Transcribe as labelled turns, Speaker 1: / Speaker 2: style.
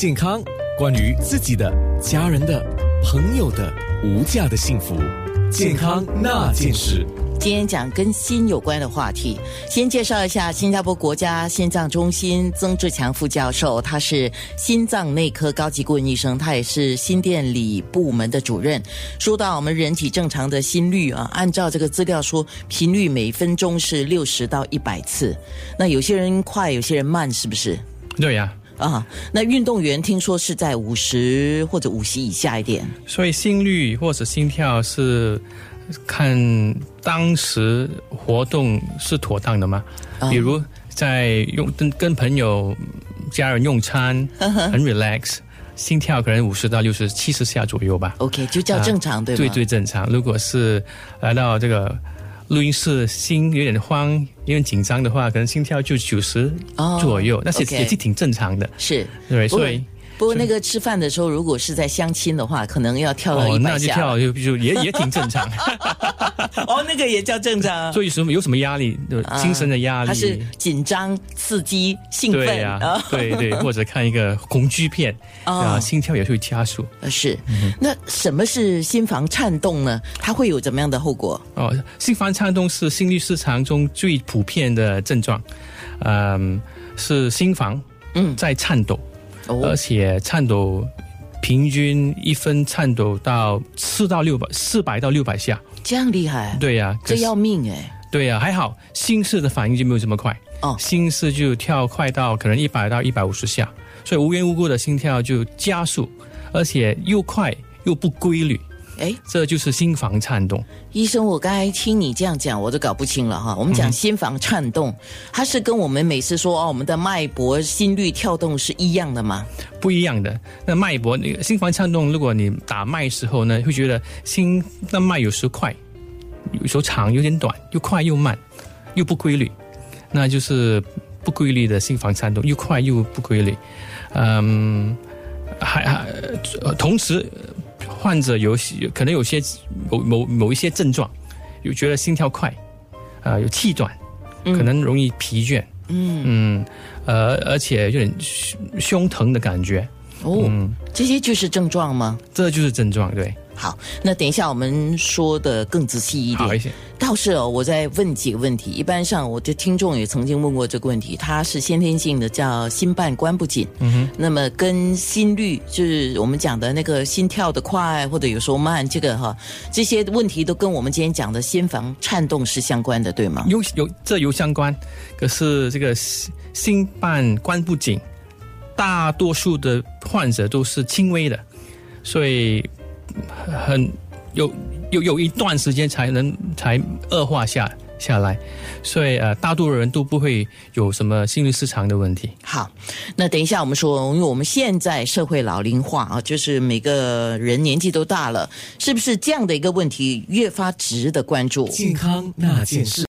Speaker 1: 健康，关于自己的、家人的、朋友的无价的幸福，健康那件事。
Speaker 2: 今天讲跟心有关的话题，先介绍一下新加坡国家心脏中心曾志强副教授，他是心脏内科高级顾问医生，他也是心电理部门的主任。说到我们人体正常的心率啊，按照这个资料说，频率每分钟是六十到一百次。那有些人快，有些人慢，是不是？
Speaker 3: 对呀、
Speaker 2: 啊，那运动员听说是在五十或者五十以下一点。
Speaker 3: 所以心率或者心跳是看当时活动是妥当的吗？
Speaker 2: 啊
Speaker 3: 比如在用跟跟朋友、家人 用餐，很 relax，心跳可能五十到六十、七十下左右吧，
Speaker 2: OK，就叫正常，对吗？
Speaker 3: 最最正常。如果是来到这个录音室，心有点慌、有点紧张的话，可能心跳就九十
Speaker 2: 哦
Speaker 3: 左右，那是
Speaker 2: OK
Speaker 3: 也是挺正常的。
Speaker 2: 是。
Speaker 3: 对，
Speaker 2: 不过
Speaker 3: 所以。
Speaker 2: 不过那个吃饭的时候，如果是在相亲的话，可能要跳到
Speaker 3: 哦
Speaker 2: 呃一，百
Speaker 3: 那就
Speaker 2: 下。
Speaker 3: 跳就就也也挺正常，
Speaker 2: 哦，那个也叫正常啊。
Speaker 3: 所以什么有什么压力，对
Speaker 2: 啊
Speaker 3: 精神的压力，
Speaker 2: 他是紧张、刺激、兴奋
Speaker 3: 对呀、
Speaker 2: 啊
Speaker 3: 对对，或者看一个恐惧片啊、
Speaker 2: 啊
Speaker 3: 心跳也会加速
Speaker 2: 是。
Speaker 3: 嗯
Speaker 2: 那什么是心房颤动呢？它会有怎么样的后果？
Speaker 3: 哦。心房颤动是心律失常中最普遍的症状，嗯、是心房
Speaker 2: 嗯
Speaker 3: 在颤抖，而
Speaker 2: 哦，
Speaker 3: 且颤抖平均一分颤抖到四到六百四百到六百下，
Speaker 2: 这样厉害，
Speaker 3: 对呀、可
Speaker 2: 这
Speaker 3: 是
Speaker 2: 要命哎！
Speaker 3: 对呀、还好心室的反应就没有这么快。
Speaker 2: 哦
Speaker 3: 心室就跳快到可能一百到一百五十下，所以无缘无故的心跳就加速，而且又快又不规律，
Speaker 2: 哎，
Speaker 3: 这就是心房颤动。
Speaker 2: 医生，我刚才听你这样讲，我都搞不清了哈。我们
Speaker 3: 嗯
Speaker 2: 讲心房颤动，它是跟我们每次说哦，我们的脉搏、心率跳动是一样的吗？
Speaker 3: 不一样的。那脉搏，那个心房颤动，如果你打脉时候呢，会觉得心那脉有时快，有时候长，有点短，又快又慢，又不规律，那就是不规律的心房颤动，又快又不规律。嗯，还还呃同时，呃患者有些可能有些某某某一些症状，有觉得心跳快，啊、有气短，可能容易疲倦。嗯嗯，呃，而且有点胸胸疼的感觉，
Speaker 2: 哦，
Speaker 3: 嗯
Speaker 2: 这些就是症状吗？
Speaker 3: 这就是症状，对，
Speaker 2: 好，那等一下我们说的更仔细一
Speaker 3: 好一
Speaker 2: 点。
Speaker 3: 些。
Speaker 2: 倒是哦，我再问几个问题。一般上，我的听众也曾经问过这个问题，它是先天性的，叫心瓣关不紧。嗯哼。那么跟心率，就是我们讲的那个心跳的快或者有时候慢，这个哈，这些问题都跟我们今天讲的心房颤动是相关的，对吗？
Speaker 3: 有有这有相关，可是这个心心瓣关不紧，大多数的患者都是轻微的，所以很有有有一段时间才能才恶化下下来，所以呃，大多数人都不会有什么心律失常的问题。
Speaker 2: 好，那等一下我们说，因为我们现在社会老龄化啊，就是每个人年纪都大了，是不是这样的一个问题越发值得关注？
Speaker 1: 健康那件事。